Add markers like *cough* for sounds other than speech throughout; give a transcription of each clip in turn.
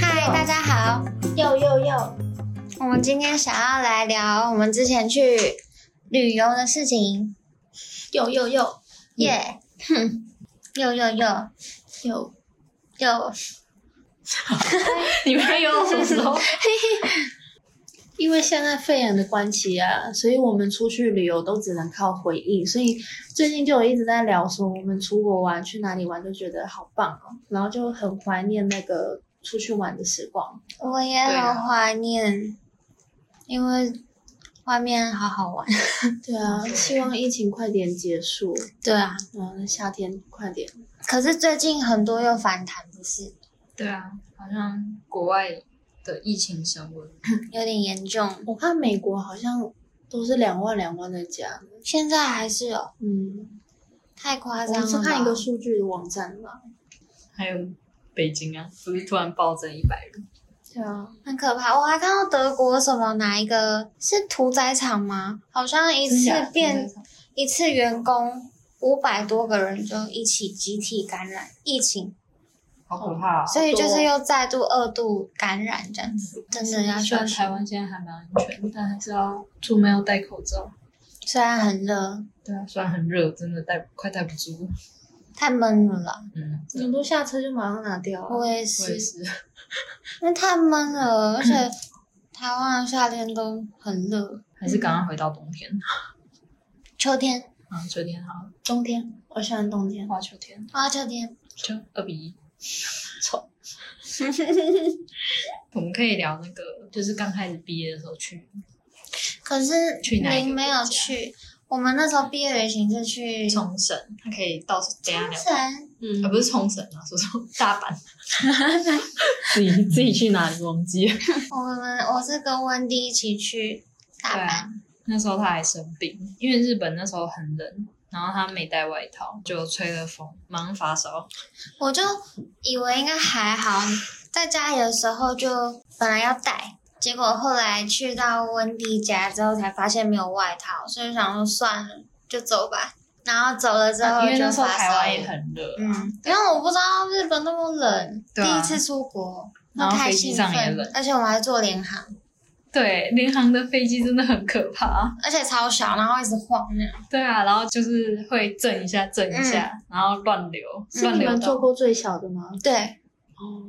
嗨，大家好，又又又，我们今天想要来聊我们之前去旅游的事情，又又又耶、嗯哼，又又又又，又， *laughs* 你们有什么时候？哎 *laughs* 因为现在肺炎的关系啊，所以我们出去旅游都只能靠回忆。所以最近就有一直在聊说，我们出国玩去哪里玩，就觉得好棒哦，然后就很怀念那个出去玩的时光。我也对啊好怀念，因为外面好好玩。对啊，希望疫情快点结束，对啊，嗯，夏天快点。可是最近很多又反弹，不是对啊，好像国外的疫情升温，有点严重？我看美国好像都是两万两万的加，现在还是有，嗯，太夸我张了们吧。是看一个数据的网站嘛。还有北京啊，不是突然暴增一百人？对啊，很可怕，我还看到德国什么哪一个是屠宰场吗？好像一次变一次员工五百多个人就一起集体感染疫情，好可怕啊！所以就是又再度二度感染这样子，真的要虽小然心台。湾现在还蛮安全，但还是要出门要戴口罩。虽然很热，对啊，虽然很热，真的戴快戴不住。太闷了啦，嗯，你不下车就马上拿掉我啊。也我也是，是。因为太闷了，而且台湾的夏天都很热，还是赶快回到冬天。秋天、啊，秋天好了，冬天，我喜欢冬天。花秋天，花啊秋天，就二比一，丑。 *laughs* 我们可以聊那个，就是刚开始毕业的时候去可是去哪一个您没有国家去。我们那时候毕业旅行是去冲绳，它可以到等一下聊。绳，嗯啊，不是冲绳啊，说说大阪， *laughs* 自己自己去哪里忘记了？我们我是跟温迪一起去大对阪，啊，那时候他还生病，因为日本那时候很冷，然后他没带外套，就吹了风，马上发烧。我就以为应该还好，在家里的时候就本来要带，结果后来去到温迪家之后才发现没有外套，所以想说算了，就走吧。然后走了之后啊因为就那时候发台烧湾也了。很热，嗯，因为我不知道日本那么冷，对第啊一次出国，然后太飞机兴上也奋冷，而且我们还坐联航，对，联航的飞机真的很可怕。而且超小，然后一直晃那样。对啊，然后就是会震一下，震一下，然后乱流，是乱你流们到坐过最小的吗？对，哦，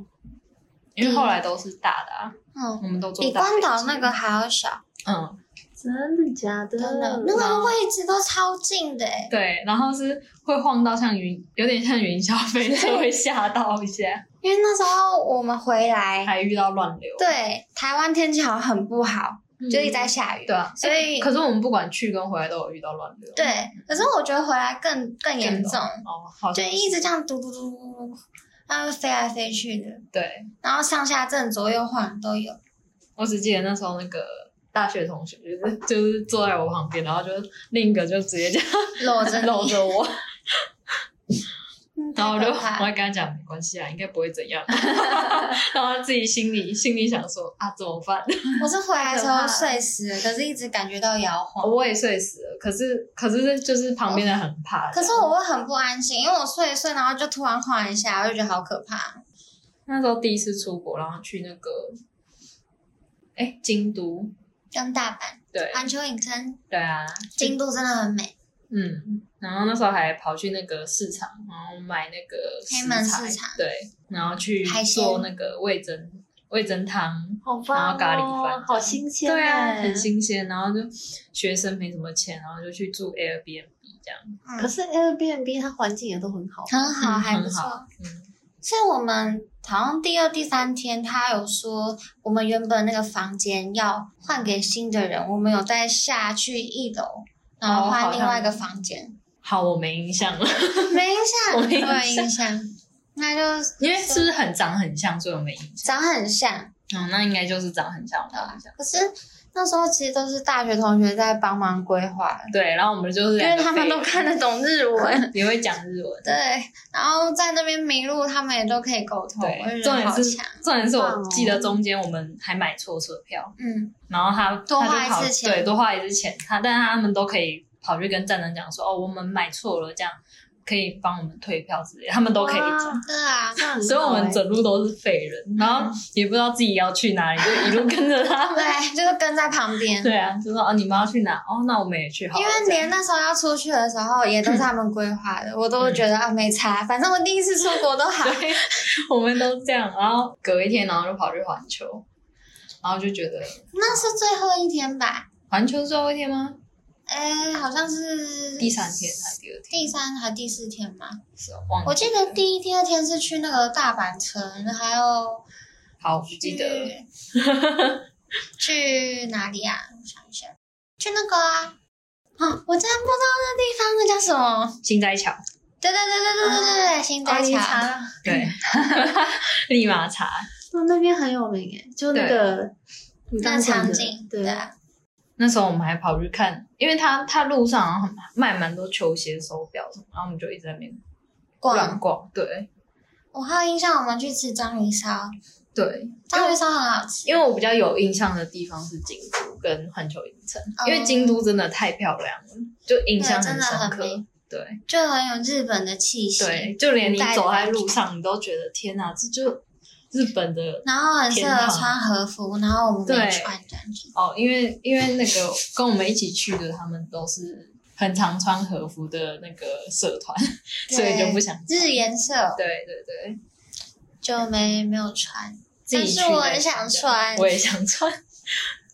因为后来都是大的啊，嗯，我们都坐比大飞关岛机那个，还要小。嗯，真的假的？真哦的，那个位置都超近的欸对，然后是会晃到像云，有点像云霄飞车，会吓到一下，因为那时候我们回来，还遇到乱流。对台湾天气好像很不好，嗯就一直在下雨。对啊，所以可是我们不管去跟回来都有遇到乱流。对，可是我觉得回来更更更严多重，哦，好就像一直这样嘟嘟嘟嘟嘟，它会飞来飞去的，对，然后上下正左右晃都有。我只记得那时候那个大学同学就是就是坐在我旁边，然后就另一个就直接这样搂着你搂着我，嗯 *laughs* 然后我就太可怕我还跟他讲没关系啊，应该不会 *laughs* 怎样，然后他自己心里心里想说啊怎么办？ *laughs* 我是回来的时候太可怕了睡死了，可是一直感觉到摇晃。我也睡死了，可是可是就是旁边的人很怕这可样。是我会很不安心，因为我睡一睡，然后就突然晃一下，我就觉得好可怕。那时候第一次出国，然后去那个，哎，京都，跟大阪对环球影城，对啊，啊京都真的很美。嗯，然后那时候还跑去那个市场，然后买那个黑食门材市场对，然后去海鲜做那个味噌味噌汤，好棒、哦，然后咖喱饭好新鲜、欸对啊，很。新鲜，然后就学生没什么钱，然后就去住 Airbnb 这样，嗯可是 Airbnb 它环境也都很好，很好，嗯还很不错好。嗯，是我们好像第二、第三天，他有说我们原本那个房间要换给新的人，我们有再下去一楼，然哦后换另外一个房 *laughs* 间。好，我没印象了，没印象，我没印象有印象。那就因为是不是很长很像，所以我没印象。长很像，啊嗯，那应该就是长很像，我没印象。可是那时候其实都是大学同学在帮忙规划，对，然后我们就是因为两个他们废都人看得懂日 *laughs* 文。也会讲日文。对，然后在那边迷路，他们也都可以沟通，我对，就觉重得哦点哎好是强。重点是好棒我哦记得中间我们还买错车票，嗯，然后他多花他就跑一次钱对，多花一次钱。他但是他们都可以跑去跟站长讲说，哦，我们买错了，这样可以帮我们退票之类的，他们都可以讲。哇对啊，这样很好所以我们欸整路都是废人，欸 *laughs* 然后也不知道自己要去哪里，就一路跟着他。 *laughs* 对，就是跟在旁边。 *laughs* 对啊，就说哦，你们要去哪？哦，那我们也去好了。因为这样连那时候要出去的时候，也都是他们规划的，我都觉得啊没差，反正我第一次出国都好。对，我们都这样。然后隔一天，然后就跑去环球，然后就觉得那是最后一天吧？环球最后一天吗？哎，好像是第三天还是第二天？第三还第四天嘛？是哦忘我记记得第一、第二天是去那个大阪城，还有好我不记得了。去去哪里啊？我想一下，去那个啊，啊，我真的不知道那地方那叫什么。新斋桥，对对对对对对对对，新斋哦你查桥。了对， *laughs* 立马查。哦，那边很有名诶，就那个你刚那刚讲场的 *laughs* 景，对，啊，那时候我们还跑去看，因为他他路上好像很卖蛮多球鞋、手表什么，然后我们就一直在那边乱逛。逛。对我还有印象，我们去吃章鱼烧，对，因章为鱼烧很好吃。因为我比较有印象的地方是京都跟环球影城，因为京都真的太漂亮了，就印象对真的深很刻美。对就很有日本的气息，对，就连你古代的走在感路上，你都觉得天哪，这就日本的然后很适天合堂穿和服，然后我们对没穿这样子。哦，因为因为那个跟我们一起去的，他们都是很常穿和服的那个社团，所以就不想。日颜色对对对，就没没有穿，自但己是去我再很想参加穿。我也想穿。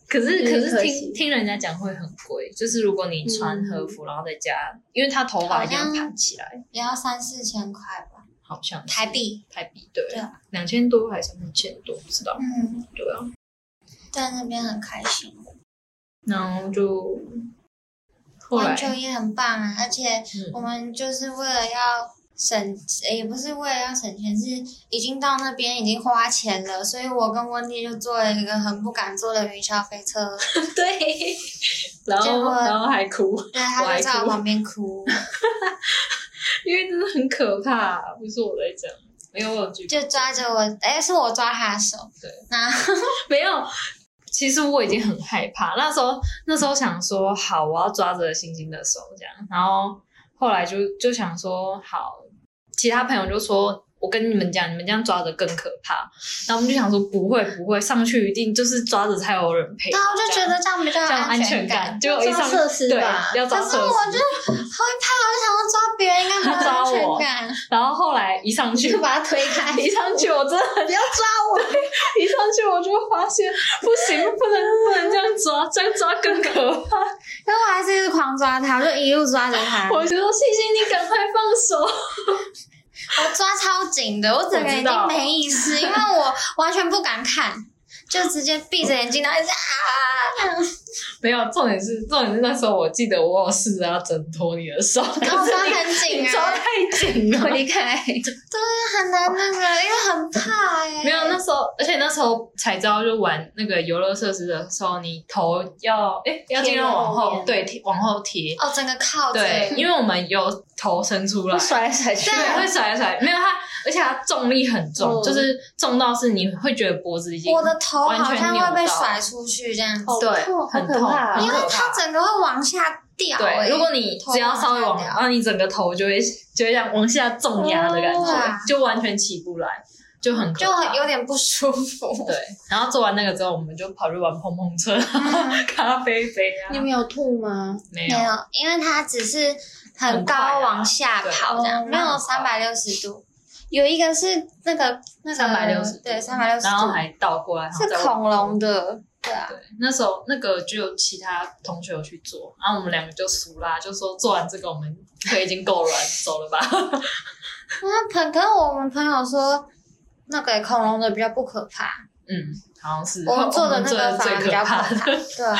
可是可有点是可听惜听人家讲会很贵，就是如果你穿嗯和服，然后再加，因为他头发一定要好像盘起来，也要三四千块吧，好像是台币。台币对对啊，两千多还是三千多，不知道。嗯，对啊，在那边很开心，然后就后来环球也很棒啊。而且嗯我们就是为了要省，也不是为了要省钱，是已经到那边已经花钱了，所以我跟温蒂就坐了一个很不敢坐的云霄飞车， *laughs* 对，然结后果然后还哭，对，他就在我旁边 *laughs* 哭，因为真的很可怕、不是我在讲，没有我有去，就抓着我，哎、是我抓他的手，对，然后没有。其实我已经很害怕，那时候那时候想说，好，我要抓着星星的手这样，然后后来就就想说，好，其他朋友就说，我跟你们讲，你们这样抓着更可怕，然后我们就想说，不会不会，上去一定就是抓着才有人陪，然啊后我就这觉样得这样比较有这样安全感，感。结果一上抓设施对吧要可抓是设我就施，好怕，我想要抓别人，应该没有抓安我全感。然后后来一上去就把它推 *laughs* 开，一上去我真的很不要抓我， *laughs* 一上去我就发现不行，不能不能这样抓，这样抓更可 *laughs* 怕。可是我还是一直狂抓他，我就一路抓着他，我我就说星星，你赶快放手。抓超紧的，我整个我已知道经没意识，因为我 *laughs* 完全不敢看，就直接闭着眼睛，然后一直啊， *laughs* 没有，重点是重点是那时候我记得我有试着要挣脱你的手，然后 *laughs* 可我抓是很你紧你抓啊，太紧了。离开。那很难那个，因为很怕哎、没有，那时候，而且那时候才知道，就玩那个游乐设施的时候，你头要哎、要尽量往贴后，到对，贴往后贴。哦，整个靠着，对，因为我们有头伸出来，甩来甩去，啊对，啊会甩来甩，没有它，而且它重力很重，嗯就是重到是你会觉得脖子已经我的头好完全像扭到会被甩出去这样子，好对痛，好很可痛怕啊，很因为可怕它整个会往下掉哎、对。如果你只要稍微头往，往下然掉后你整个头就会就会这样往下重压的感觉，哇就完全起不来，就很可哦就怕很有点不舒服， *laughs* 对，啊然后做完那个之后，我们就跑去玩碰碰车、 *laughs* 咖啡杯啊，你们有吐吗？没嗯没有有，因为它只是很很快啊高往下跑这样，对没有很三快百六十度。有一个是那个那个360度对，三百六十然后度还倒过来，然后再是往恐龙的，对啊，对，那时候那个就有其他同学有去做，然后我们两个就熟啦，就说做完这个我们腿已经够软，走了吧。 *laughs* 那朋可是我们朋友说那个恐龙的比较不可怕，嗯，好像是我们做的那我个们反最而比最较可可怕怕，的，对啊，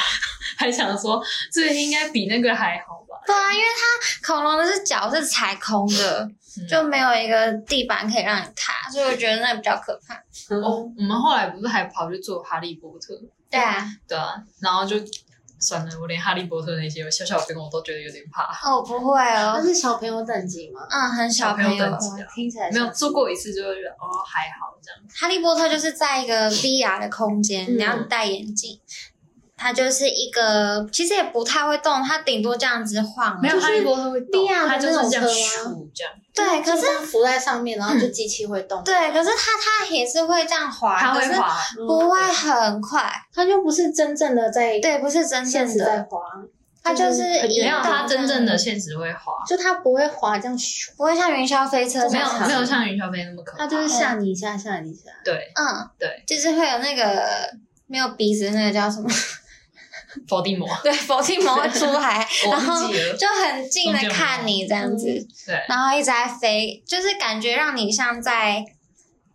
还想说这应该比那个还好吧？对啊，因为它恐龙的是脚是踩空的，嗯就没有一个地板可以让你踏，所以我觉得那比较可怕。哦，我们后来不是还跑去做哈利波特？对啊，对啊，然后就算了，我连哈利波特那些小小兵我都觉得有点怕，哦，我不会那哦，是小朋友等级吗？嗯，很小朋朋友友等级哇听起来没有像做过一次就会觉得哦还好这样。哈利波特就是在一个 VR 的空间，嗯你要戴眼镜。它就是一个，其实也不太会动，它顶多这样子晃而已。没有就是哈利波特会动，利亚的它就那是种这样车吗咻这样，对，可就是这样浮在上面，然后就机器会动。对，可是它它也是会这样滑，它可会是滑，不会很快。它就不是真正的在对，不是真现正实在的，滑，它就就是是移没有动它真正的现实会滑，就它不会滑这样咻，不会像云霄飞车啊那没样有没有像云霄飞那么可怕。它就是吓你一下，吓你一下。对嗯，对，就是会有那个没有鼻子那个叫什么？伏地魔，，对，佛地魔会出来我然忘后记 *laughs* 了。就很近的看你这样子，对然后一直在飞，就是感觉让你像在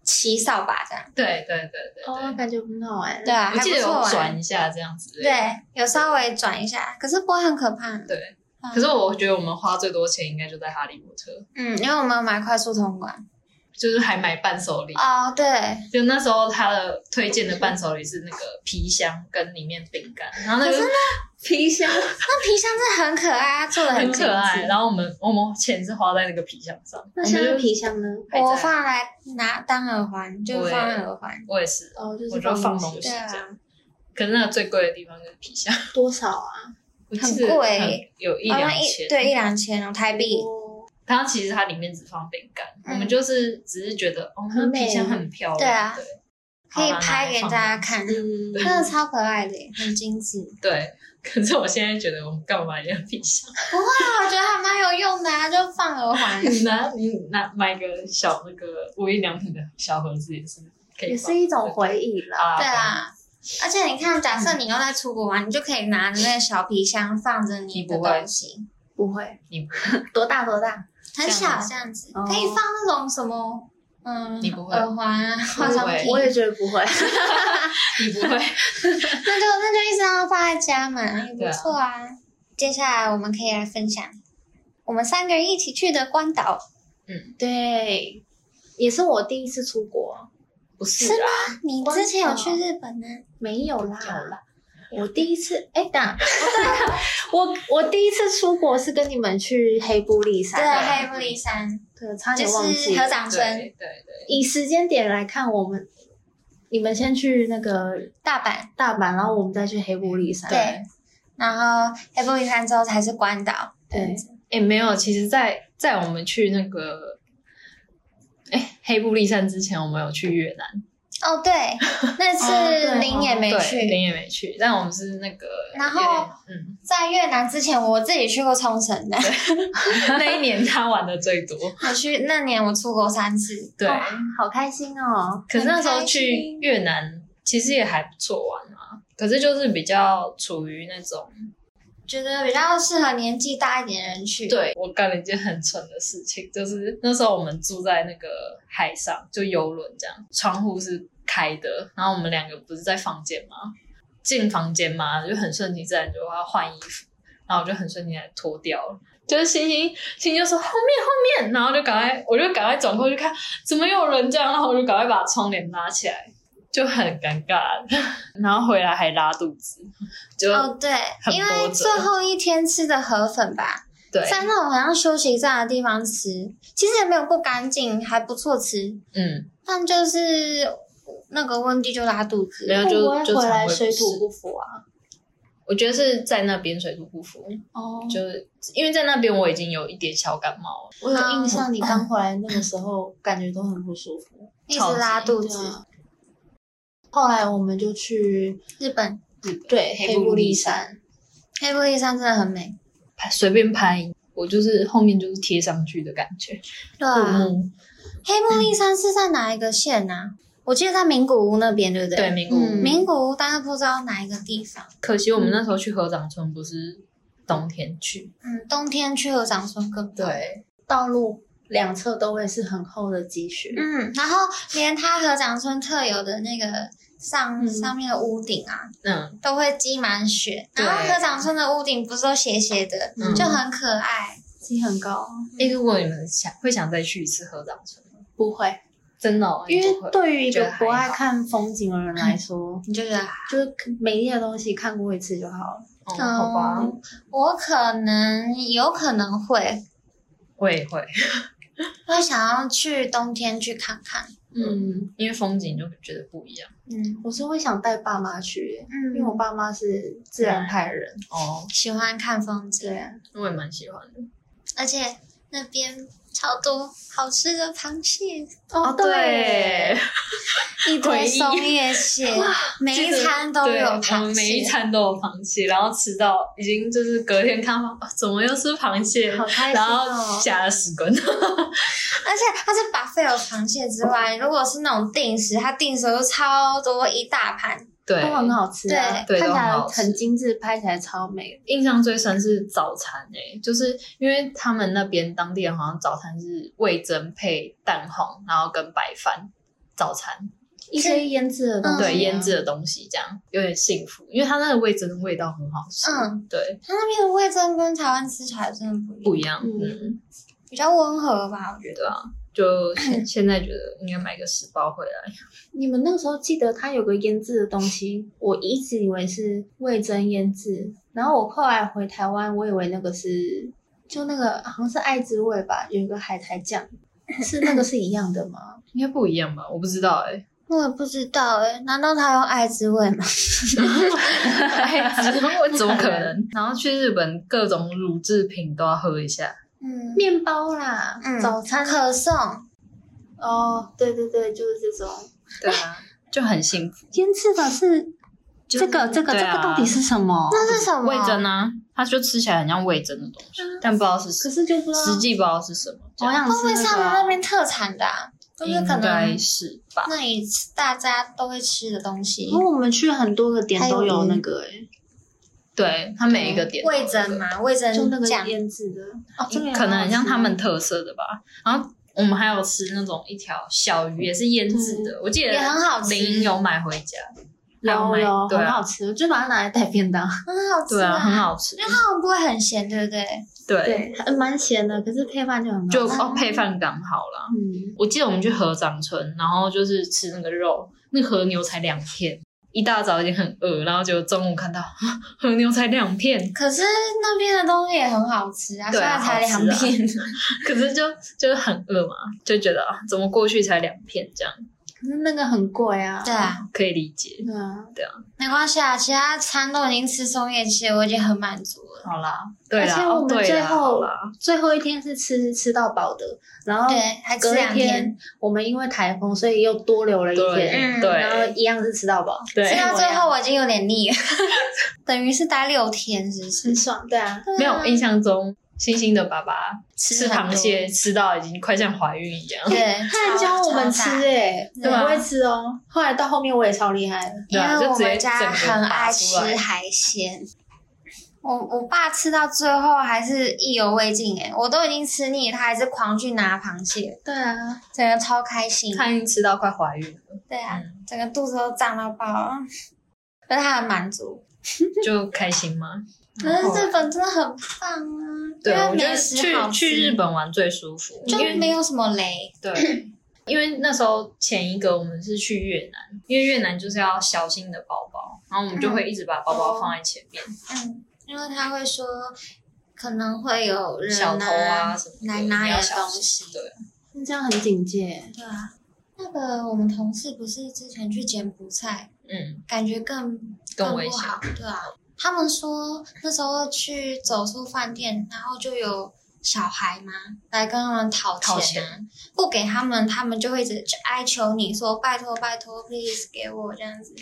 骑扫把这样。对对对对哦，对，感觉很好玩。对，啊，我还记不得有错玩。转一下这样子。对，有稍微转一下，可是不会很可怕。对嗯，可是我觉得我们花最多钱应该就在哈利波特，嗯，因为我们有买快速通关。就是还买伴手礼。哦，对，就那时候他的推荐的伴手礼是那个皮箱跟里面饼干，然后那个皮箱那皮箱真的很可爱，它做的很精可爱。致。然后我们我们钱是花在那个皮箱上， *laughs* 那我现在们就皮箱呢？还在我放来拿当耳环，就我也放耳环。我也是，哦，就是我就放东西东西对啊这样。可是那个最贵的地方就是皮箱，多少啊？我记得很贵很有一好两像千，对，一两千哦，台币。哦它其实它里面只放饼干，嗯我们就是只是觉得哦，那很个美皮箱很漂亮，对啊对，可以拍给大家看。看，*laughs* 嗯，真的超可爱的耶，很精致。对， *laughs* 可是我现在觉得我们干嘛要皮箱？啊那我觉得还蛮有用的啊，就放耳环。 *laughs* 你拿你拿买个小那个无印良品的小盒子也是可以也放，是一种回忆啦。啊对，啊，而且你看，假设你又在出国玩，你就可以拿着那个小皮箱放着你的东西，不会，你 *laughs* 多大多大？很小这样子，哦可以放那种什么，嗯，你不会耳环啊，化妆不会品我，也觉得不会。 *laughs* 你不 *laughs* 会那就那就一直让它放在家嘛，也不对啊错啊。接下来我们可以来分享我们三个人一起去的关岛，对，也是我第一次出国，不是是啊？你关之前有岛去日本呢？没有啦，有啦。我第一次，哎、等 *laughs* 下我我第一次出国是跟你们去黑布对，利山，黑布里山对，差就点忘记是了合掌对村对对，以时间点来看，我们你们先去那个大阪。大阪，然后我们再去黑布利山。对，然后黑布林山之后才是关岛。对，哎、没有，其实在，在我们去那个哎、黑布利山之前，我们有去越南，哦，对，那 *laughs* 哦次对林也没啊对，去。林也没去，但我们是那个，然后有点嗯，在越南之前，我自己去过冲绳的。那一年他玩的最多， *laughs* 我去那年我出国三次。对。哇好开心哦！可是那时候很开心去越南其实也还不错玩啊，可是就是比较处于那种，觉得比较适合年纪大一点的人去。，对我干了一件很蠢的事情，就是那时候我们住在那个海上，就游轮这样，窗户是开的，然后我们两个不是在房间吗？进房间嘛，就很顺其自然就要换衣服，然后我就很顺其自然脱掉了。就是星星，星星就说后面后面，然后就赶快，我就赶快转过去看，怎么有人这样？然后我就赶快把窗帘拉起来，就很尴尬。 *laughs* 然后回来还拉肚子，就、哦对，很因波为折最后一天吃的河粉吧，对，在那种好像休息站的地方吃，其实也没有不干净，还不错吃，嗯，但就是那个温蒂就拉肚子。没有会就不会就回来肠胃水不土适不服啊？我觉得是在那边水土不服，哦，就是因为在那边我已经有一点小感冒了，我有印象，你刚回来那个时候感觉都很不舒服。一直拉超级肚对子，啊。后来我们就去日本对黑黑布布利利山，黑布利山真的很美，拍随便拍，我就是后面就是贴上去的感觉，对布啊，幕黑布利山是在哪一个县啊？我记得在名古屋那边，对不对？对，名古屋嗯名古屋，但是不知道哪一个地方。可惜我们那时候去合掌村不是冬天去，嗯，冬天去合掌村更棒。，对，道路两侧都会是很厚的积雪。嗯，然后连它合掌村特有的那个上、嗯上面的屋顶啊，嗯，都会积满雪。对然后合掌村的屋顶不是都斜斜的，嗯就很可爱。积很高，啊哎、如果你们想会想再去一次合掌村吗，不会，真的、哦，因你为不会对于一觉得个还不爱好嗯看风景的人来说，你就觉得就是美丽的东西看过一次就好了。哦好吧，嗯我可能有可能会会会，会想要去冬天去看看。嗯，因为风景就觉得不一样嗯我是会想带爸妈去耶，嗯，因为我爸妈是自然派人。哦，喜欢看风景。对啊，我也蛮喜欢的，而且那边超多好吃的螃蟹，哦，对，一回堆忆松叶蟹，每一餐都对，有我螃们每一蟹，餐都有螃蟹，然后吃到已经就是隔天看到、啊怎么又是螃蟹，好开心然哦后！加了十根，而且它是 buffet 有螃蟹之外，如果是那种定时，它定时都超多一大盘， *laughs* 对都，很好吃啊，对看起都很来好吃很精致，拍起来超美的。印象最深是早餐诶、就是因为他们那边当地人好像早餐是味噌配蛋黄，然后跟白饭早餐，一些腌制的东西啊，嗯对、腌制的东西这样有点幸福，因为它那个味噌的味道很好吃，嗯，对，它那边的味噌跟台湾吃起来真的不一样，不一样，嗯嗯，比较温和吧，我觉得。对啊，就现现在觉得应该买个十包回来，你们那时候记得它有个腌制的东西，我一直以为是味噌腌制，然后我后来回台湾，我以为那个是就那个好像是爱滋味吧，有一个海苔酱， *laughs* 是那个是一样的吗？应该不一样吧？我不知道欸 *laughs* 诶、我也不知道哎、难道他用爱滋味吗？我哎怎么可 *laughs* 能？然后去日本各种乳制品都要喝一 *laughs* 下，嗯，面包啦，嗯早 *laughs* 餐嗯可颂，哦，对对对，就是这种对啊，就很幸福。腌制的是就是这个这个、对这啊个到底是什么？嗯那是什么？味噌啊，它就吃起来很像味噌的东西，但不知道是可什是就不知道，实际不知道是什么，这好样想会不吃会是那个他们啊、那边特产的、啊？就是可应该能是吧？那里大家都会吃的东西因。为我们去很多个点都有那个、欸，对，它每一个点都有嗯味噌嘛，味就那噌个酱，腌制的，啊哦，这个也可能好很像吃他们特色的吧。然后我们还有吃那种一条小鱼，也是腌制嗯的，我记得也很好吃林有买回家，还有买有对很好啊，吃，我就把它拿来带便当。很好吃、对啊，很。好吃，它们不会很咸，对不对？对，对，还蛮咸的，可是配饭就很好吃。就哦配饭刚好啦。嗯，我记得我们去合掌村，然后就是吃那个肉，那和牛才两片。一大早已经很饿，然后就中午看到 *laughs* 和牛才两片，可是那边的东西也很好吃啊，虽对然啊才两好吃啊 *laughs* 片，可是就就是很饿嘛，就觉得啊，怎么过去才两片这样，可是那个很贵啊。对啊，可以理解。对啊，没关系啊，其他餐都已经吃松叶蟹，我已经很满足了。好啦，对啦，而且我哦们对啦最后好啦，最后一天是吃吃到饱的，然后对，还吃隔一两天天，我们因为台风，所以又多留了一嗯天，对然后对一样是吃到饱，吃对，到最后我已经有点腻了， *laughs* 等于是待六天，是不是 *laughs* 很？爽。对啊，对啊没有印象中，星星的爸爸吃很螃多蟹吃到已经快像怀孕一样，对，他还教我们吃超大诶，对啊我不会吃哦。后来到后面我也超厉害的，因对啊为就我直接们家整个很拔爱吃出来海鲜。我我爸吃到最后还是意犹未尽哎，我都已经吃腻，他还是狂去拿螃蟹，对啊，整个超开心。他已经吃到快怀孕了，对啊，嗯整个肚子都胀到爆了，可是他很满足。就开心吗？可是日本 *laughs* 真的很棒啊，对，因为我觉美得食去好吃去日本玩最舒服，因为就没有什么雷。对，因为那时候前一个我们是去越南，因为越南就是要小心的包包，然后我们就会一直把包包哦放在前面，嗯，因为他会说可能会有人小偷啊什么的，来你拿要你的小东心西。。对，那这样很警戒。对啊，那个我们同事不是之前去柬埔寨，嗯，感觉更更危不险好，对啊。他们说那时候去走出饭店，然后就有小孩嘛来跟他们讨钱,、啊、讨钱不给他们，他们就会一直去哀求你说拜托拜托，please 给我这样子。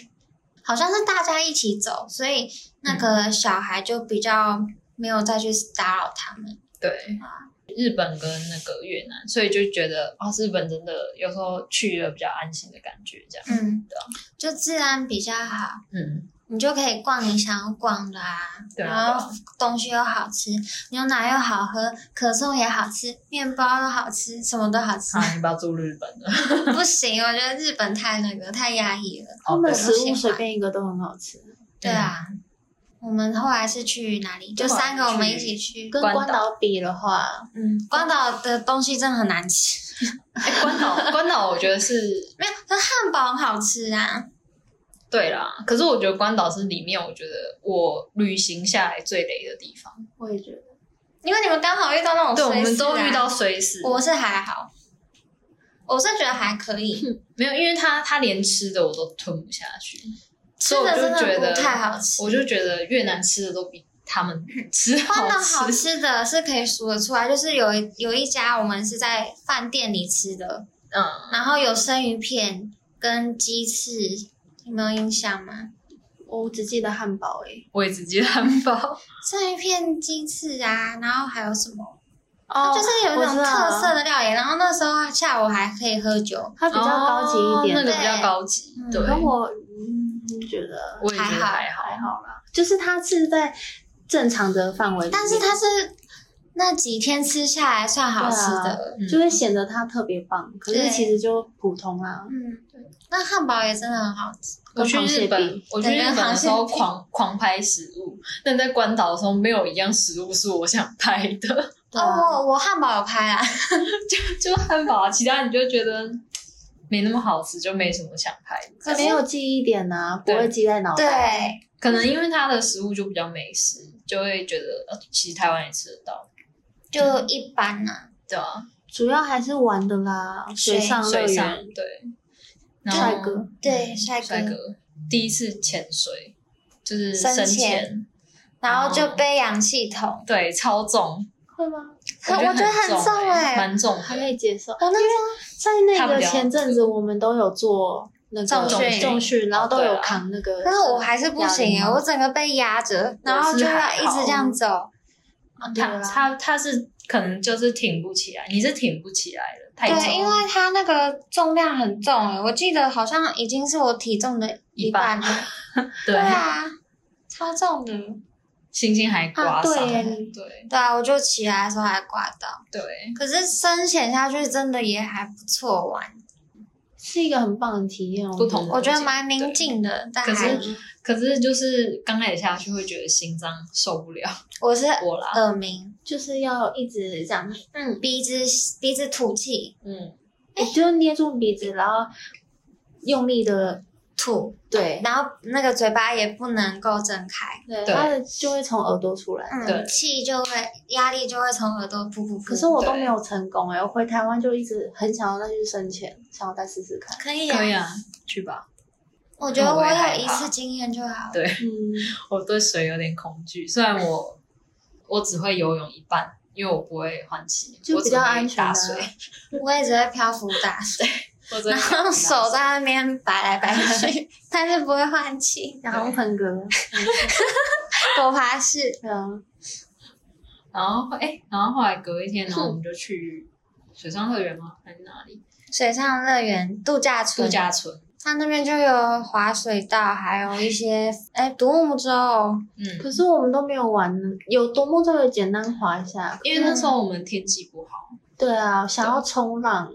好像是大家一起走，所以那嗯个小孩就比较没有再去打扰他们。对啊。日本跟那个越南，所以就觉得啊、日本真的有时候去了比较安心的感觉，这样。嗯对啊，就治安比较好。嗯，你就可以逛你想要逛的啊，对啊然后东西又好吃，牛奶又好喝，可颂也好吃，面包又好吃，什么都好吃。啊，你不要住日本 *laughs* 了，不行，我觉得日本太那个太压抑了。他们哦的对食物随便一个都很好吃，对啊，我们后来是去哪里？就三个我们一起去。跟关关岛比的话，嗯，关岛的东西真的很难吃，哎，关岛，关岛，我觉得是没有，可是汉堡很好吃啊。对啦。可是我觉得关岛是里面我觉得我旅行下来最雷的地方。我也觉得。因为你们刚好遇到那种对，我随们时啊都遇到随时，我是还好，我是觉得还可以，没有，因为他他连吃的我都吞不下去，吃所以我的真就觉的得不太好吃。我就觉得越南吃的都比他们吃真的好好吃，吃的是可以数得出来，就是有一有一家我们是在饭店里吃的，嗯，然后有生鱼片跟鸡翅，有没有印象吗？我只记得汉堡欸诶、我也只记得汉堡，生鱼片、鸡翅啊，然后还有什么？哦就是有一种特色的，的料理。然后那时候下午还可以喝酒，它比较高级一点。哦那个对比较高级嗯，对，可我嗯觉得我也觉得还还好，好啦，就是它是在正常的范围里面，但是它是那几天吃下来算好吃的。嗯就会显得它特别棒。可是对其实就普通啊啦。嗯，对。那汉堡也真的很好吃，我去跟螃蟹日本比，我去对日跟本的螃蟹时候比狂狂拍食物，但在关岛的时候没有一样食物是我想拍的， *laughs* 对啊哦，我汉堡有拍啊，就汉堡啊，其他你就觉得没那么好吃，就没什么想拍的。可是没有记忆点呐、不对会记在脑对，袋。可嗯能因为它的食物就比较美食，就会觉得呃，其实台湾也吃得到，就一般呐、对啊，主要还是玩的啦，水上乐水上园。对，然后帅哥，对嗯帅哥帅哥，第一次潜水就是深深潜潜，然后就哦背氧气筒，对，超重，会吗？我觉得很重哎、哎、蛮重的，还可以接受。我哦那时在那他比个较前阵子，我们都有做那个重训重训，然后都对有啊扛那个。候，但是我还是不行哎、我整个被压着，然后就要一直这样走，对他啦他他是可能就是挺不起来，你是挺不起来的，太重了，对，因为它那个重量很重哎、我记得好像已经是我体重的一半了，对对啊，超重的，星星还刮啊对伤，耶对对啊，我就起来的时候还挂到，对，可是深潜下去真的也还不错玩，是一个很棒的体验。不同我觉得蛮宁静的，但可还是可是就是刚开始下去会觉得心脏受不了我是我啦，耳鸣，就是要一直这样，嗯，鼻子鼻子吐气嗯，你就捏住鼻子，然后用力的吐，对，然后那个嘴巴也不能够睁开。对，对它的就会从耳朵出来。对嗯，气就会压力就会从耳朵噗噗噗。可是我都对没有成功哎、我回台湾就一直很想要再去深潜，想要再试试看。可以啊，可以啊，去吧，我觉得我我也害有一怕次经验就好。对嗯，我对水有点恐惧，虽然我我只会游泳一半，因为我不会换气，就我比只较会安全啊打水，我也只会漂浮打水，我只会然后手在那边摆来摆去， *laughs* 但是不会换气。然后盆哥，狗爬式，对啊，然后哎、然后后来隔一天，然后我们就去水上乐园吗？还是哪里？水上乐园度假度村，假村。它那边就有滑水道，还有一些哎独木舟，嗯，可是我们都没有玩呢，有独木舟有简单滑一下。因为那时候我们天气不好，对啊，想要冲浪，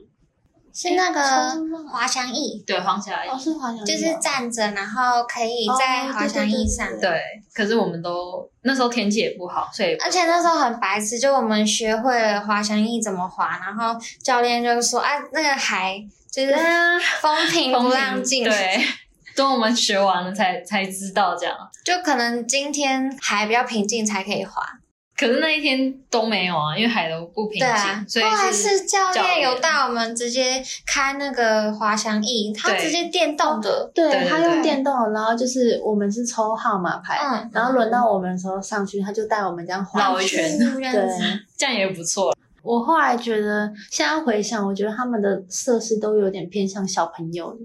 是那个冲浪滑翔翼，对，黄霞哦，是滑翔翼啊，就是站着，然后可以在哦滑翔翼上。对对对对对，可是我们都那时候天气也不好，所以而且那时候很白痴，就我们学会了滑翔翼怎么滑，然后教练就说：“啊，那个海就是对啊，风平不让风景进，对， *laughs* 等我们学完了才才知道这样。就可能今天海比较平静才可以滑。可是那一天都没有啊，因为海都不”平对静，啊，所以后来是教教练练有带我们直接开那个滑翔翼，他对直接电动的，对对对他对用电动，然后就是我们是抽号码牌，嗯，然后轮到我们的时候上去，他就带我们这样滑绕一圈这样对，子。这样也不错。我后来觉得，现在回想，我觉得他们的设施都有点偏向小朋友的，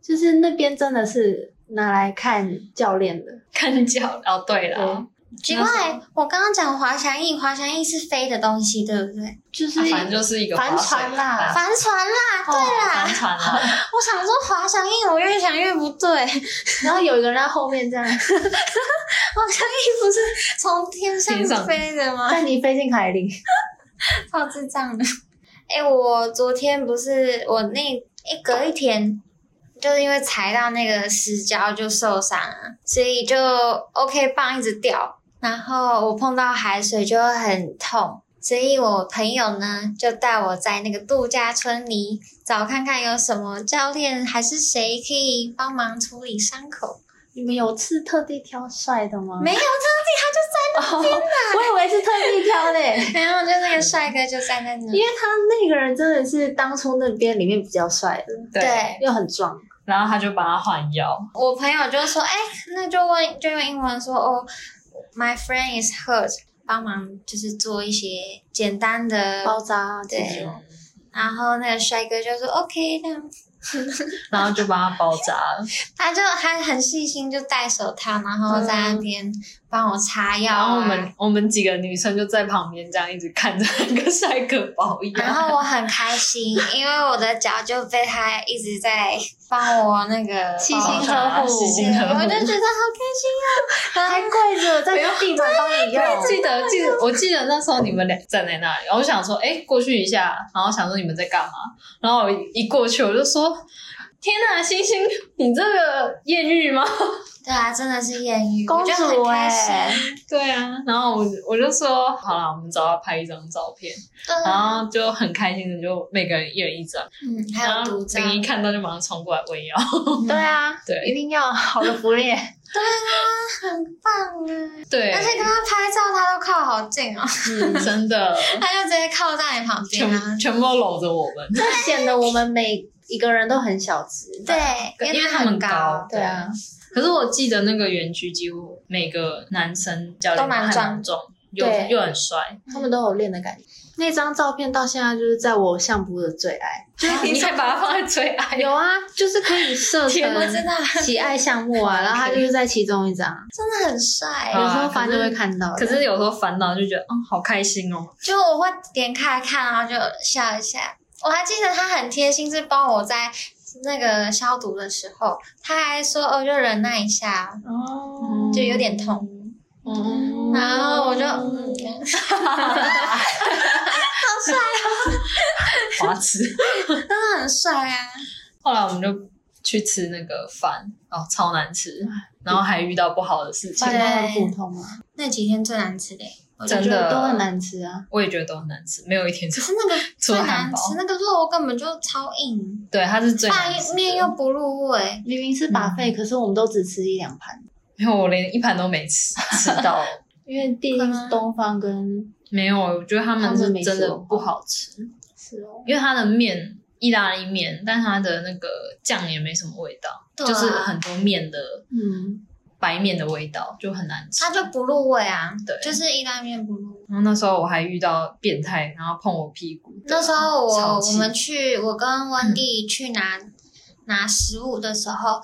就是那边真的是拿来看教练的。 *laughs* 看教哦，对了，奇怪，我刚刚讲滑翔翼，滑翔翼是飞的东西，对不对？就是、啊反正就是一个帆划水啊船啦帆船啦，哦对啦，帆船啊啦，我想说滑翔翼，我越想越不对。然后有一个人在后面这样好像翼不是从天天上上飞的啊吗？ *laughs* 带你飞进海里，超智障的！哎、我昨天不是我那一隔一天，就是因为踩到那个石胶就受伤了，所以就 OK 棒一直掉，然后我碰到海水就会很痛。所以我朋友呢，就带我在那个度假村里找看看有什么教练还是谁可以帮忙处理伤口。你们有次特地挑帅的吗？没有，哦，我以为是特地挑嘞，然后就那个帅哥就站在那因里，为他那个人真的是当初那边里面比较帅的，对，又很壮。然后他就帮他换药，我朋友就说：“哎、那就问，就用英文说哦， My friend is hurt，帮忙就是做一些简单的，包扎啊这对种。然后那个帅哥就说 OK，这样然后就帮他包扎了。他就还很细心，就戴手套，然后嗯在那边帮我擦药、啊然后我们我们几个女生就在旁边这样一直看着那个帅哥保养，然后我很开心，因为我的脚就被他一直在帮我那个细心包扎呵护细心呵护我就 *laughs* 觉得好开还心啊！跪着在地板帮你用，记得记得，我记得那时候你们俩站在那里，然后我想说，哎，过去一下，然后想说你们在干嘛，然后我一过去我就说，天哪，星星，你这个艳遇吗？对啊，真的是艳遇，公我就很主开哎、心。对啊，然后我我就说，好了，我们找他拍一张照片，对然啊，后就很开心的，就每个人一人一张，嗯，还然有后独章，林一看到就马上冲过来问要，对啊，对一定要好的福利。很棒啊！对，而且跟他拍照，他都靠好近哦， *laughs* 嗯真的。他就直接靠在你旁边啊全。全部都搂着我们，这显得我们每一个人都很小只。对，因为他他们高，对啊，可是我记得那个园区几乎每个男生教练都蛮很壮重，又对又很帅，他们都有练的感觉。那张照片到现在就是在我相簿的最爱。 *laughs* 你还把他放在最爱，有啊，就是可以 *laughs* 设天我知成道，喜爱项目 *laughs* 啊，然后它就是在其中一张，真的很帅好有啊。时候翻就会看到的。 *laughs* 可是有时候烦恼就觉得，嗯，好开心哦，就我会点开看，然后就笑一下。我还记得他很贴心，是帮我在那个消毒的时候，他还说哦，就忍耐一下，哦就有点痛。哦嗯然后我就，嗯，花痴。真的很帅啊！后来我们就去吃那个饭，哦，超难吃，然后还遇到不好的事情饭，都很普通啊，那几天最难吃的，我觉真得的都很难吃啊。我也觉得都很难吃，没有一天可是是那个除最了难汉堡吃，那个肉根本就超硬， *laughs* 对，它是最难饭吃的面又不入味。明明是把费，可是我们都只吃一两盘，没有，我连一盘都 *laughs* 没吃，吃到因为毕竟是东方跟没有，我觉得他们他是们没真的做不好吃，是哦，因为它的面意大利面，但它的那个酱也没什么味道，对啊就是很多面的嗯，白面的味道，就很难吃它。就不入味啊，对就是意大利面不入味。然后那时候我还遇到变态，然后碰我屁股。那时候我超我气们去，我跟温蒂去拿、拿食物的时候，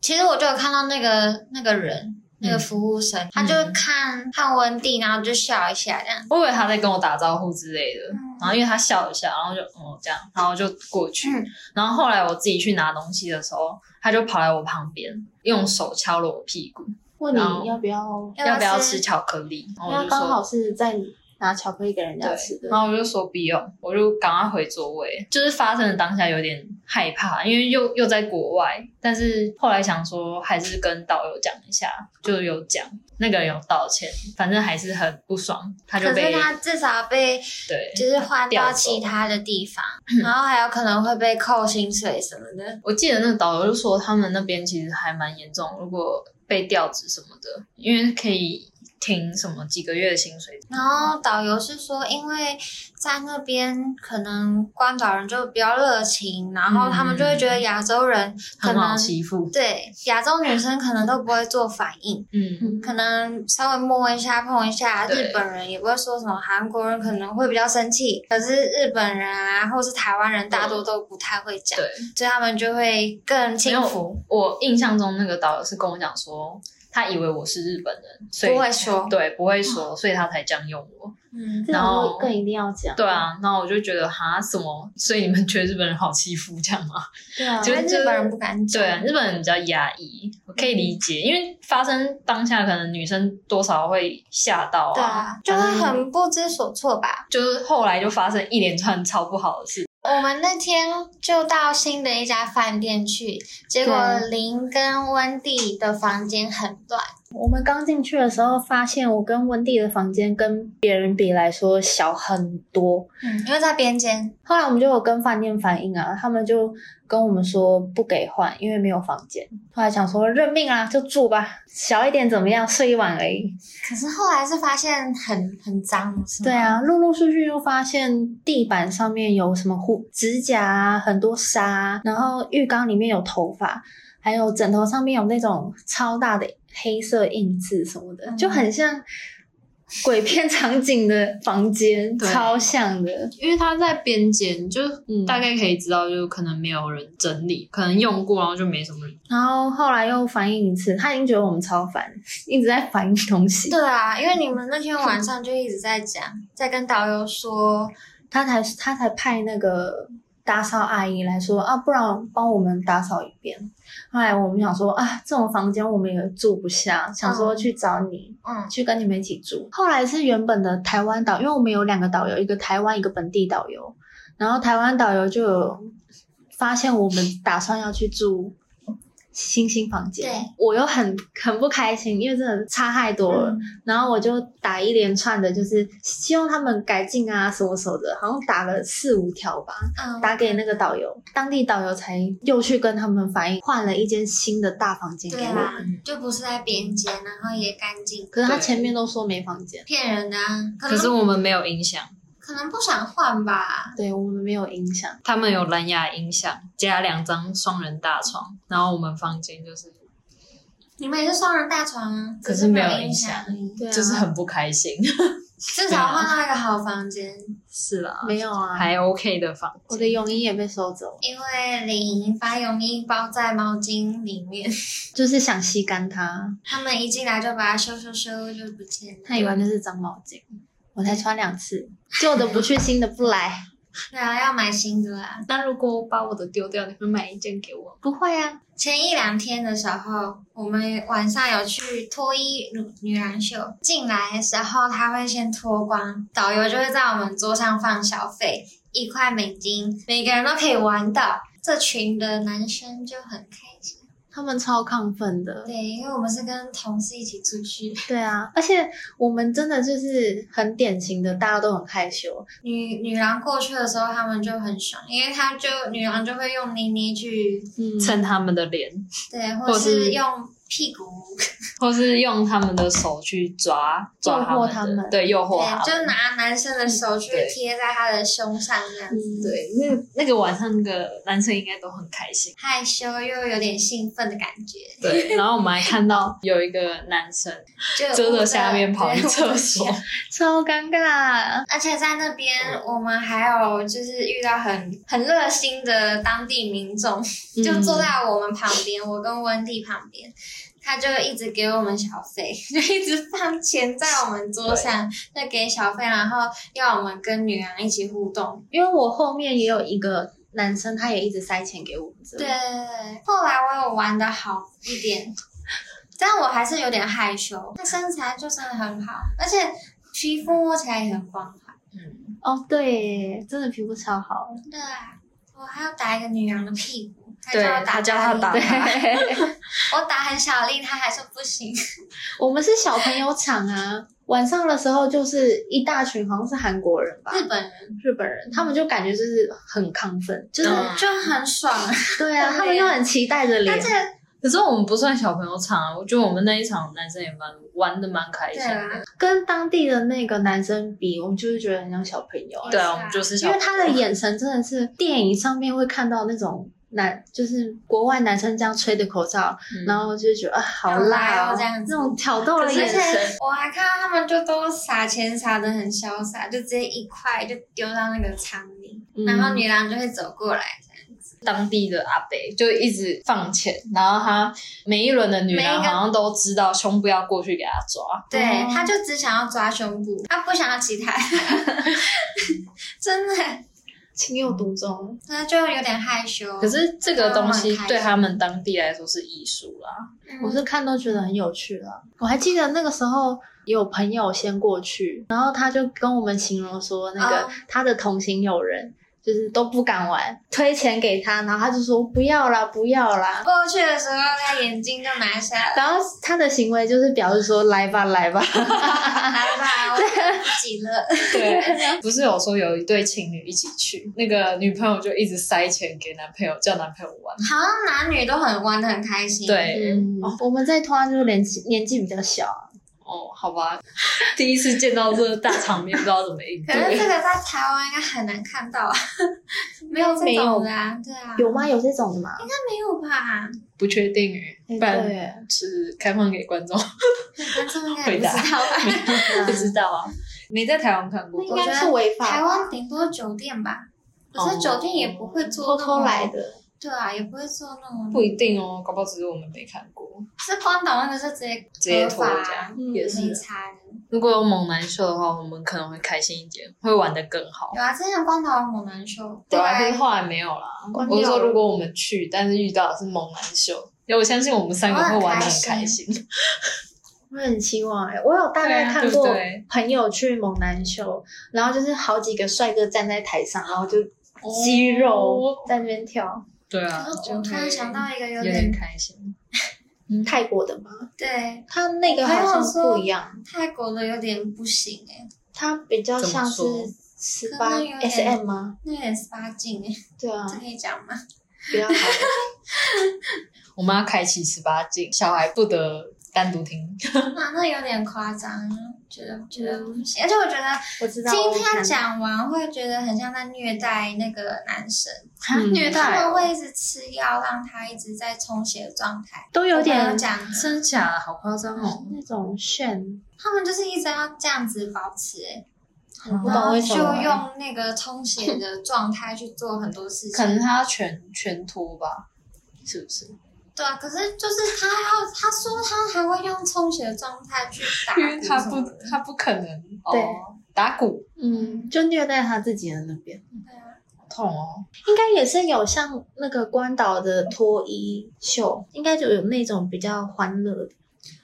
其实我就有看到那个那个人，那个服务生，他就看看温蒂，然后就笑一下这样。我以为他在跟我打招呼之类的，然后因为他笑一下，然后就嗯这样，然后就过去。嗯然后后来我自己去拿东西的时候，他就跑来我旁边，用手敲了我屁股，问你然后要不要？要不要吃？巧克力？然后我那就刚说好是在拿巧克力给人家吃哦的对，然，后我就说不用，我就赶快回座位。就是发生的当下有点害怕，因为又又在国外，但是后来想说还是跟导游讲一下，就有讲那个人有道歉，反正还是很不爽，他就可被是他至少被对。就是换调到走其他的地 *laughs* 方，然后还有可能会被扣薪水什么的。我记得那个导游就说他们那边其实还蛮严重，如果被调职什么的，因为可以停什么几个月的薪水。然后导游是说，因为在那边可能关岛人就比较热情，然后他们就会觉得亚洲人可嗯很能好欺负，对，亚洲女生可能都不会做反应，嗯，可能稍微摸一下、碰一下，对日本人也不会说什么，韩国人可能会比较生气，可是日本人啊，或是台湾人大多都不太会讲，对，所以他们就会更轻没浮，我印象中那个导游是跟我讲说，他以为我是日本人，所以不会说对，不会说，所以他才这样用我。嗯，这然种后会更一定要讲。对，啊，那我就觉得哈什么，所以你们觉得日本人好欺负这样吗？对啊，就因为日本人不敢讲，对啊，日本人比较压抑，我可以理解，因为发生当下可能女生多少会吓到对啊，啊，就会很不知所措吧。就是后来就发生一连串超不好的事。我们那天就到新的一家饭店去，结果对林跟温蒂的房间很乱，我们刚进去的时候，发现我跟温蒂的房间跟别人比来说小很多。嗯，因为在边间，后来我们就有跟饭店反映啊，他们就跟我们说不给换，因为没有房间。后来想说认命啊，就住吧，小一点怎么样，睡一晚而已。可是后来是发现很很脏，是吗对，啊，陆陆续续又发现地板上面有什么护指甲啊，很多沙啊，然后浴缸里面有头发，还有枕头上面有那种超大的黑色印字什么的，就很像鬼片场景的房间，对超像的。因为它在边间，就嗯大概可以知道，就可能没有人整理，可能用过，然后就没什么人。然后后来又反映一次，他已经觉得我们超烦，一直在反映东西，对啊，因为你们那天晚上就一直在讲，在跟导游说，他才他才派那个打扫阿姨来说啊，不然帮我们打扫一遍。后来我们想说啊，这种房间我们也住不下，想说去找你。嗯，去跟你们一起住。后来是原本的台湾导，因为我们有两个导游，一个台湾，一个本地导游。然后台湾导游就有发现我们打算要去住星星房间，对我又很很不开心，因为真的差太多了。嗯然后我就打一连串的，就是希望他们改进啊什么什么的，好像打了四五条吧。嗯，打给那个导游，当地导游才又去跟他们反映，换了一间新的大房间给对我啊们。，就不是在边间，然后也干净，可是他对前面都说没房间，骗人的啊，可可能是我们没有音响，可能不想换吧，对我们没有影响。他们有蓝牙音响，加两张双人大床，然后我们房间就是你们也是双人大床啊，可只是是没有影影响而已对啊， *laughs* 就是很不开心。至对少啊换到一个好房间，是啦，没有啊，还 OK 的房我的间。泳衣也被收走，因为李莹把泳衣包在毛巾里面， *laughs* 就是想吸干它，他们一进来就把它收收收就不见了。它以为那是脏毛巾，我才穿两次，旧的不去，新的不来，对啊，要买新的啦。那如果我把我的丢掉，你会买一件给我？ *laughs* 不会啊，前一两天的时候，我们晚上有去脱衣女女篮秀，进来的时候他会先脱光，导游就会在我们桌上放小费一块美金，每个人都可以玩到。这群的男生就很开心，他们超亢奋的，对，因为我们是跟同事一起出去，对啊，而且我们真的就是很典型的，大家都很害羞，女女郎过去的时候，他们就很爽，因为他就女郎就会用妮妮去嗯蹭他们的脸，对，或或是是用屁股，或是用他们的手去抓抓他诱们惑的，他们对，诱惑他对，们。就拿男生的手去对贴在他的胸上这样子。对，那那个晚上，那个男生应该都很开心。害羞又有点兴奋的感觉，对，然后我们还看到有一个男生就遮着下面跑去厕所，超尴尬，而且在那边，我们还有就是遇到很很热心的当地民众，就嗯坐在我们旁边，我跟温蒂旁边，他就一直给我们小费， *laughs* 就一直放钱在我们桌上，就给小费，然后要我们跟女郎一起互动。因为我后面也有一个男生，他也一直塞钱给我们，对，，啊后来我有玩的好一点，但我还是有点害羞。他身材就真的很好，而且皮肤摸起来也很光滑。嗯，哦对，真的皮肤超好，对啊，我还要打一个女郎的屁股，他对叫我，他打叫他力打他， *laughs* 我打很小力，他还说不行。 *laughs* 我们是小朋友场啊，晚上的时候就是一大群，好像是韩国人吧，日本人日本人，他们就感觉就是很亢奋，就是、嗯就很爽，对啊，他们又很期待着脸但。是可是我们不算小朋友场啊，我觉得我们那一场男生也蛮玩的蛮开对心啊的。，跟当地的那个男生比，我们就是觉得很像小朋友、对是啊，啊我们就是小因朋为友他的眼神真的是电影上面会看到那种男，就是国外男生这样吹着口罩，嗯然后就觉得啊好辣好辣哦哦这样子那种挑逗的眼可神。我还看到他们就都撒钱撒的很潇洒，就直接一块就丢到那个仓里，嗯然后女郎就会走过来。当地的阿北就一直放钱，然后他每一轮的女每一郎个好像都知道胸部要过去给他抓，对哦，他就只想要抓胸部，他不想要其他， *laughs* 真的，情有独钟，那就有点害羞。可是这个东他们西很开心对他们当地来说是艺术啦，嗯我是看都觉得很有趣了。我还记得那个时候有朋友先过去，然后他就跟我们形容说，那个、哦他的同行友人。就是都不敢玩，推钱给他，然后他就说不要啦，不要啦。过去的时候，他眼睛就拿下来，然后他的行为就是表示说来吧，来吧，来吧， *laughs* 我自己了。 *laughs* 对，不是有说有一对情侣一起去，那个女朋友就一直塞钱给男朋友，叫男朋友玩。好像男女都很玩的很开心。，对，嗯，我们在拖就是年纪年纪比较小啊，哦，好吧， *laughs* 第一次见到这个大场面，不知道怎么应 *laughs* 可是这对。个在台湾应该很难看到啊， *laughs* 没有这种的啊，对啊，有吗？有这种的吗？没有吧？不确定诶，哎不然对， *laughs* 是开放给观众，观众应该也不知道吧？不知道啊。没在台湾看过那吧，应该是违法吧，台湾顶多酒店吧，可是酒店也不会做那偷偷种来，的。对啊，也不会做那种。不一定哦，搞不好只是我们没看过。是荒岛那个是直接直接合脱法这样嗯也是没差的。如果有猛男秀的话，我们可能会开心一点，会玩的更好。有啊，之前荒岛有猛男秀，对啊，但对是啊，后来没有啦。关我是掉说，了如果我们去，但是遇到的是猛男秀，因为我相信我们三个会玩的很开心。我很期望哎、我有大对概啊看对不过对朋友去猛男秀，然后就是好几个帅哥站在台上，哦然后就肌肉在那边跳。对啊然后，我突然想到一个有有点点开心。泰国的吗？对他那个好像是不一样，泰国的有点不行哎，他比较像是怎么说十八可能有点 SM 吗？那有点十八禁哎，对啊，这可以讲吗？比较好。我们要开启十八禁，小孩不得单独听。那那有点夸张，觉得觉得不行，而且我觉得我知 *laughs* 道。今我看天讲完会觉得很像在虐待那个男生，嗯虐他待们哦，会一直吃药让他一直在充血的状态，都有我朋友点讲，真假？好夸张哦！那种炫，他们就是一直要这样子保持、欸，不然懂后为什啊就么欸用那个充血的状态去做很多事情，可能他要全全脱吧，是不是？对啊，可是就是他要他说他还会用充血的状态去 *laughs* 打鼓因什么的，为他不，他不可能对哦，打鼓嗯，就虐待他自己的那边。对啊痛哦。应该也是有像那个关岛的脱衣秀，应该就有那种比较欢乐的，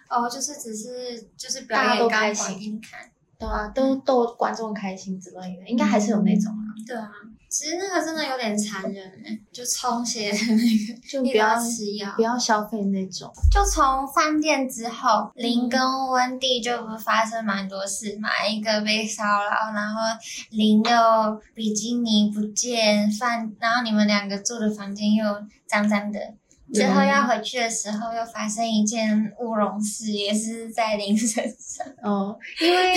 哦，就是只是就是表大家演都钢开管心给你看，对啊，嗯都逗观众开心之类的，应该还是有那种啊，对啊，其实那个真的有点残忍哎、就充血的那个，就你 *laughs* 不不要要吃药不。要消费那种，就从饭店之后，林跟温蒂就不发生蛮多事嘛，一个被骚扰，然后林又比基尼不见，饭，然后你们两个住的房间又脏脏的。之后要回去的时候，又发生一件乌龙事，也是在林身上。哦，*laughs* 因为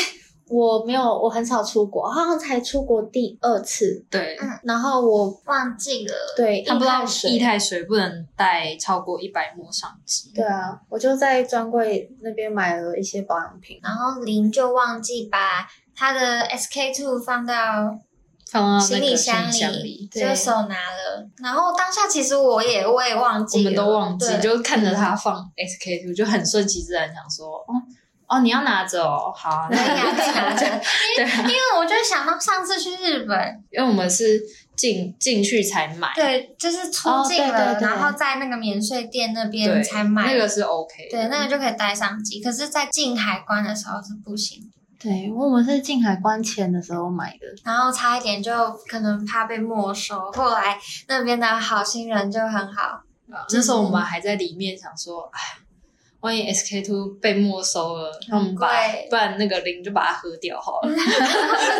我没有，我很少出国，好像才出国第二次，对，嗯然后我忘记了，对他不知液道态水液态水不能带超过一百沫上机。对啊，我就在专柜那边买了一些保养品，然后林就忘记把他的 SK two 放到放哦到那个行李箱行李里，对就手拿了。然后当下其实我也我也忘我记了，们都忘记，对嗯就看着他放 SK two，就很顺其自然，想说，哦哦，你要拿着哦，好啊， *laughs* 对那呀，你对拿着。呀，对啊， *laughs* 因为我就想到上次去日本，因为我们是进进去才买，对，就是出哦境对了，对对然后在那个免税店那边对，才买，那个是 OK，对，那个个就可以带上机。可是，在进海关的时候是不行，对，我们是进海关前的时候买的，然后差一点就可能怕被没收。后来那边的好心人就很 *laughs* 好，那时候我嗯们还在里面想说，哎。万一 SK two 被没收了，那我们把贵嗯不然那个零就把它喝掉好了，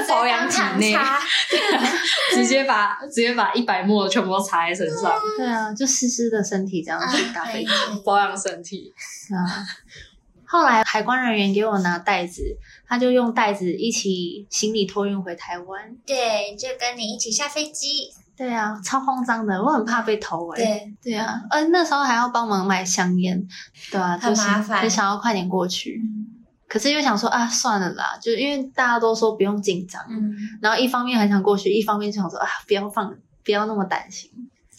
保保养体内，直接把直接把一百沫全部都擦在身上，嗯对啊，就湿湿的身体这样去搭啊可配以。可以保养身体。啊。后来海关人员给我拿袋子，他就用袋子一起行李托运回台湾。对，就跟你一起下飞机，对啊，超慌张的，我很怕被偷哎、对，对啊，呃，那时候还要帮忙买香烟，对啊，很就是麻烦嗯很想要快点过去，可是又想说啊，算了啦，就因为大家都说不用紧张，嗯。然后一方面很想过去，一方面就想说啊，不要放，不要那么担心。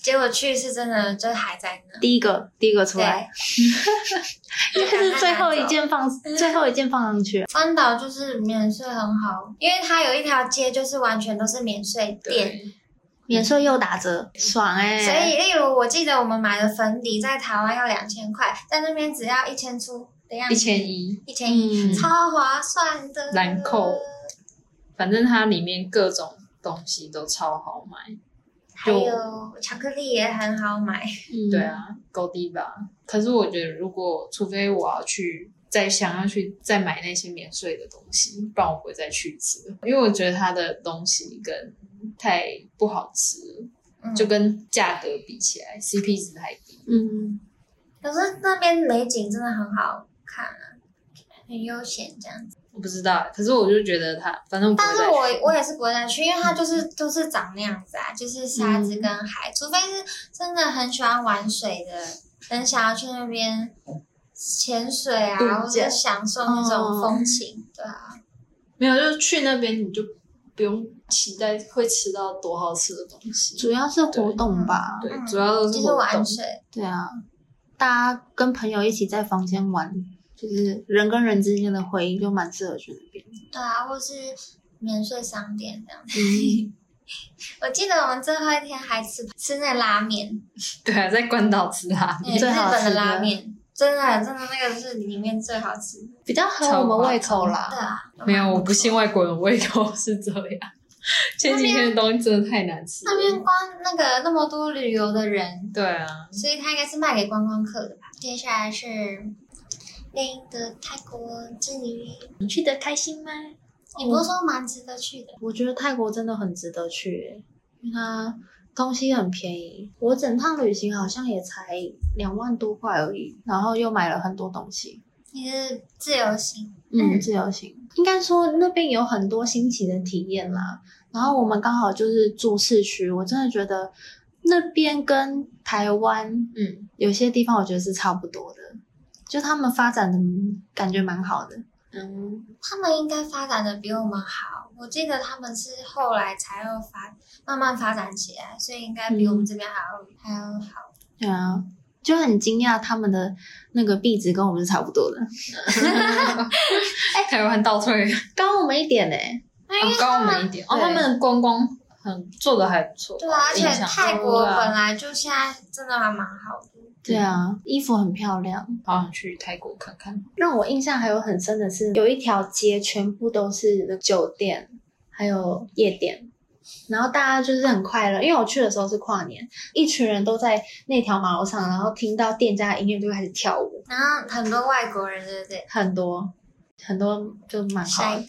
结果去是真的就还在那，第一个，第一个出对来，， *laughs* 就赶快拿 *laughs* 最后一走件放，最后一件放上去，关岛就是免税很好，因为它有一条街就是完全都是免税店，对，免税又打折，爽哎、所以例如我记得我们买的粉底在台湾要两千块，在那边只要一千出的样一子，千一，一千一，嗯超划算的。兰蔻反正它里面各种东西都超好买。还有巧克力也很好买，嗯对，啊，高低吧。可是我觉得，如果除非我要去再想要去再买那些免税的东西，不然我不会再去一次了，因为我觉得它的东西跟太不好吃了，嗯就跟价格比起来，CP 值太低。嗯，可是那边美景真的很好看啊，很悠闲这样子。我不知道，可是我就觉得它，反正我不但会是啊再去。嗯我我也是不会再去，因为它就是都、是长那样子啊，就是沙子跟海，除非是真的很喜欢玩水的，很想要去那边潜水啊，度假或者享受那种风情，对啊。没有，就是去那边你就不用期待会吃到多好吃的东西。主要是活动吧，对，嗯主要都是就是活玩动水，对啊，大家跟朋友一起在房间玩，就是人跟人之间的回应就蛮适合去那边。对啊，或是免税商店这样。嗯，我记得我们最后一天还吃吃那拉面， *laughs* 对啊，在关岛吃啊，那最日好吃的本的拉面，真的真的那个是里面最好吃的。比较合我们胃口对啦。啊，没有，嗯我不信外国人胃口是这样。前几天的东西真的太难吃了。那边光那个那么多旅游的人，对啊，所以他应该是卖给观光客的吧。接下来是另一个泰国之旅，你去的开心吗？你不是说蛮值得去的？我觉得泰国真的很值得去耶，因为它东西很便宜。我整趟旅行好像也才两万多块而已，然后又买了很多东西。你是自由行，嗯，自由行应该说那边有很多新奇的体验啦。然后我们刚好就是住市区，我真的觉得那边跟台湾嗯，有些地方我觉得是差不多的，就他们发展的感觉蛮好的。嗯，他们应该发展的比我们好。我记得他们是后来才又发慢慢发展起来，所以应该比我们这边还要、还要好。对啊，就很惊讶他们的那个币值跟我们是差不多的，哎，台湾倒退，高我们一点呢、那因为高他我们们一点。哦，对他们观光很做的还不错，对啊，而且印象泰国对啊本来就现在真的还蛮好的。对啊，衣服很漂亮。好想去泰国看看。让我印象还有很深的是，有一条街全部都是酒店，还有夜店，然后大家就是很快乐。因为我去的时候是跨年，一群人都在那条马路上，然后听到店家的音乐就开始跳舞，然后很多外国人，对不对？很多很多就蛮好帅的。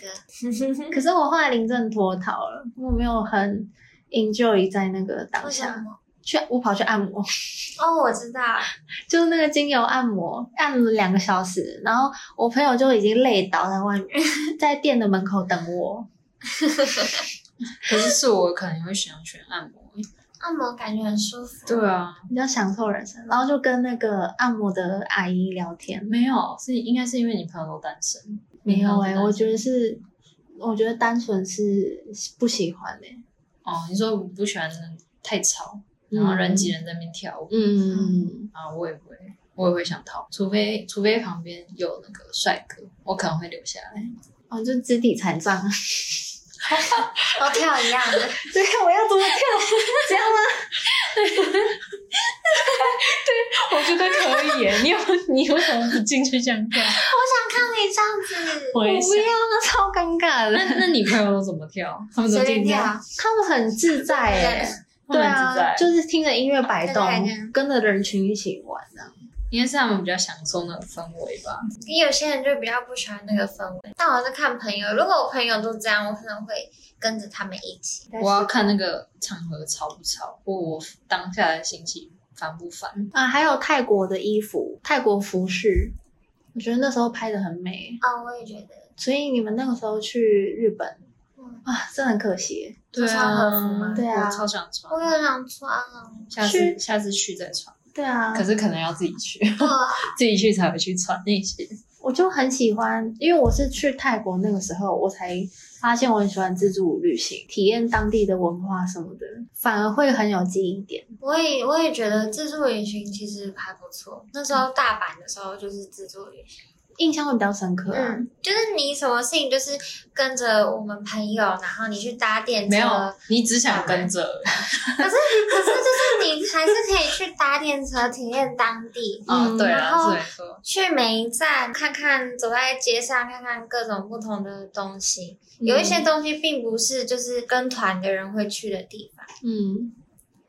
哥，可是我后来临阵脱逃了，我没有很 enjoy 在那个当为什下。么？去，我跑去按摩， *laughs* 哦，我知道，就是那个精油按摩，按了两个小时，然后我朋友就已经累倒 *laughs* 在外面，在店的门口等我。可是是我可能会想选按摩。按摩感觉很舒服。对啊，比较享受人生，然后就跟那个按摩的阿姨聊天。没有，是应该是因为你朋友都单身。没有哎、哎、我觉得是，我觉得单纯是不喜欢哎、哦，你说我不喜欢太吵，然后人挤人在那边跳舞、嗯，啊，我也会，我也会想逃，除非除非旁边有那个帅哥，我可能会留下来。哦，就肢体残障。 *laughs* 都跳一样的，对，啊我要怎么跳？这样吗？ *laughs* 我觉得可以耶，你有你为什么不进去这样跳？看你这样子，我也我不想要，。那超尴尬那的。那你朋友都怎么跳？他们都随进便啊去跳，他们很 *laughs* 自在哎、他对们很自在啊，就是听着音乐摆动对对对，跟着人群一起玩啊这样。应该是他们比较享受那种氛围吧。因为有些人就比较不喜欢那个氛围。但我是看朋友，如果我朋友都这样，我可能会跟着他们一起。我要看那个场合吵不吵，或我当下的心情烦不烦。啊，还有泰国的衣服，泰国服饰，我觉得那时候拍的很美。哦，我也觉得，所以你们那个时候去日本嗯，啊，真的很可惜。对啊穿和服吗对啊我超想穿我，有想穿 *laughs* 哦。下次下次去再穿。对啊，可是可能要自己去， *laughs* 哇自己去才会去穿那些。我就很喜欢，因为我是去泰国那个时候，我才发现我很喜欢自助旅行，体验当地的文化什么的，反而会很有记忆点。我也我也觉得自助旅行其实还不错。那时候大阪的时候就是自助旅行，印象会比较深刻啊。嗯，就是你什么事情就是跟着我们朋友，然后你去搭电车，没有，你只想跟着而已。可是可是就是你还是可以去搭电车体验当地，啊，对然啊，后是没嗯错。去每一站看看，走在街上看看各种不同的东西。有一嗯嗯些东西并不是就是跟团的人会去的地方。嗯，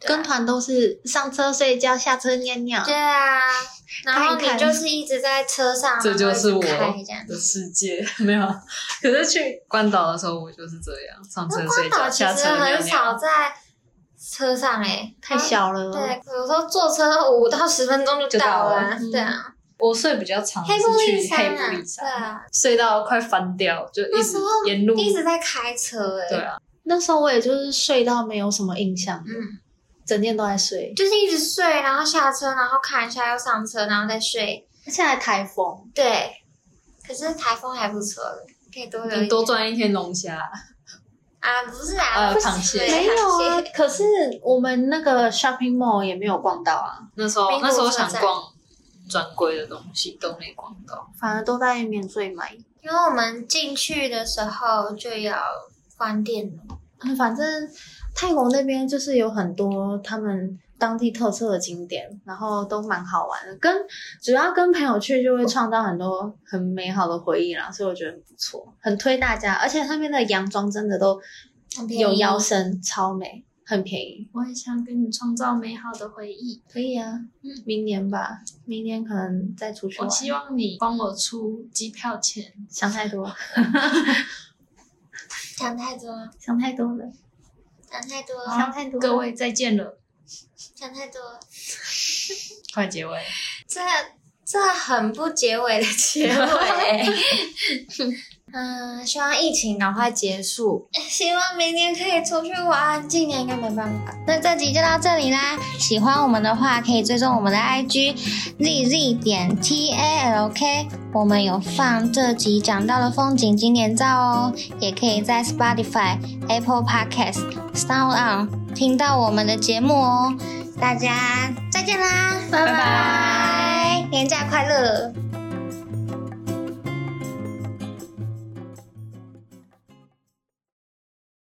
对啊跟团都是上车睡觉，下车尿尿对。啊，然后看一看你就是一直在车上，这就是我然后一直开这样。的世界 *laughs* 没有，可是去关岛的时候我就是这样，哦上车睡觉，岛其下实车尿很少尿。在车上诶、太小了，啊对，有时候坐车五到十分钟就就到到了了。对啊，嗯我睡比较长，是黑布去利黑山啊，布利对山，啊，睡到快翻掉，就一那直时候沿路一直在开车欸诶、对啊，那时候我也就是睡到没有什么印象，嗯，整天都在睡，就是一直睡，然后下车，然后看一下又上车，然后再睡。而且还台风，对，可是台风还不错了，可以多留一你多赚一天龙虾，啊，不是啊，呃，不是螃蟹。对没有啊感谢。可是我们那个 shopping mall 也没有逛到啊，那时候民国那时候车想站逛专柜的东西都没逛到，反而都在免税买。因为我们进去的时候就要关电了，嗯反正泰国那边就是有很多他们当地特色的景点，然后都蛮好玩的。跟主要跟朋友去就会创造很多很美好的回忆啦，所以我觉得很不错，很推大家。而且那边的洋装真的都很便宜有腰身，超美，很便宜。我也想跟你创造美好的回忆。可以啊，明年吧，明年可能再出去我玩。希望你帮我出机票钱。想太多，想太多了，想太多了，想太多了，想太多了。各位再见了，想太多了，快结尾。这这很不结尾的结 *laughs* 尾。嗯，希望疫情赶快结束， *laughs* 希望明年可以出去玩，今年应该没办法。那这集就到这里啦，喜欢我们的话可以追踪我们的 IG zz 点 t a l k，我们有放这集讲到的风景景点照哦，也可以在 Spotify、Apple Podcast、Sound On 听到我们的节目哦。大家再见啦，拜拜，年假快乐！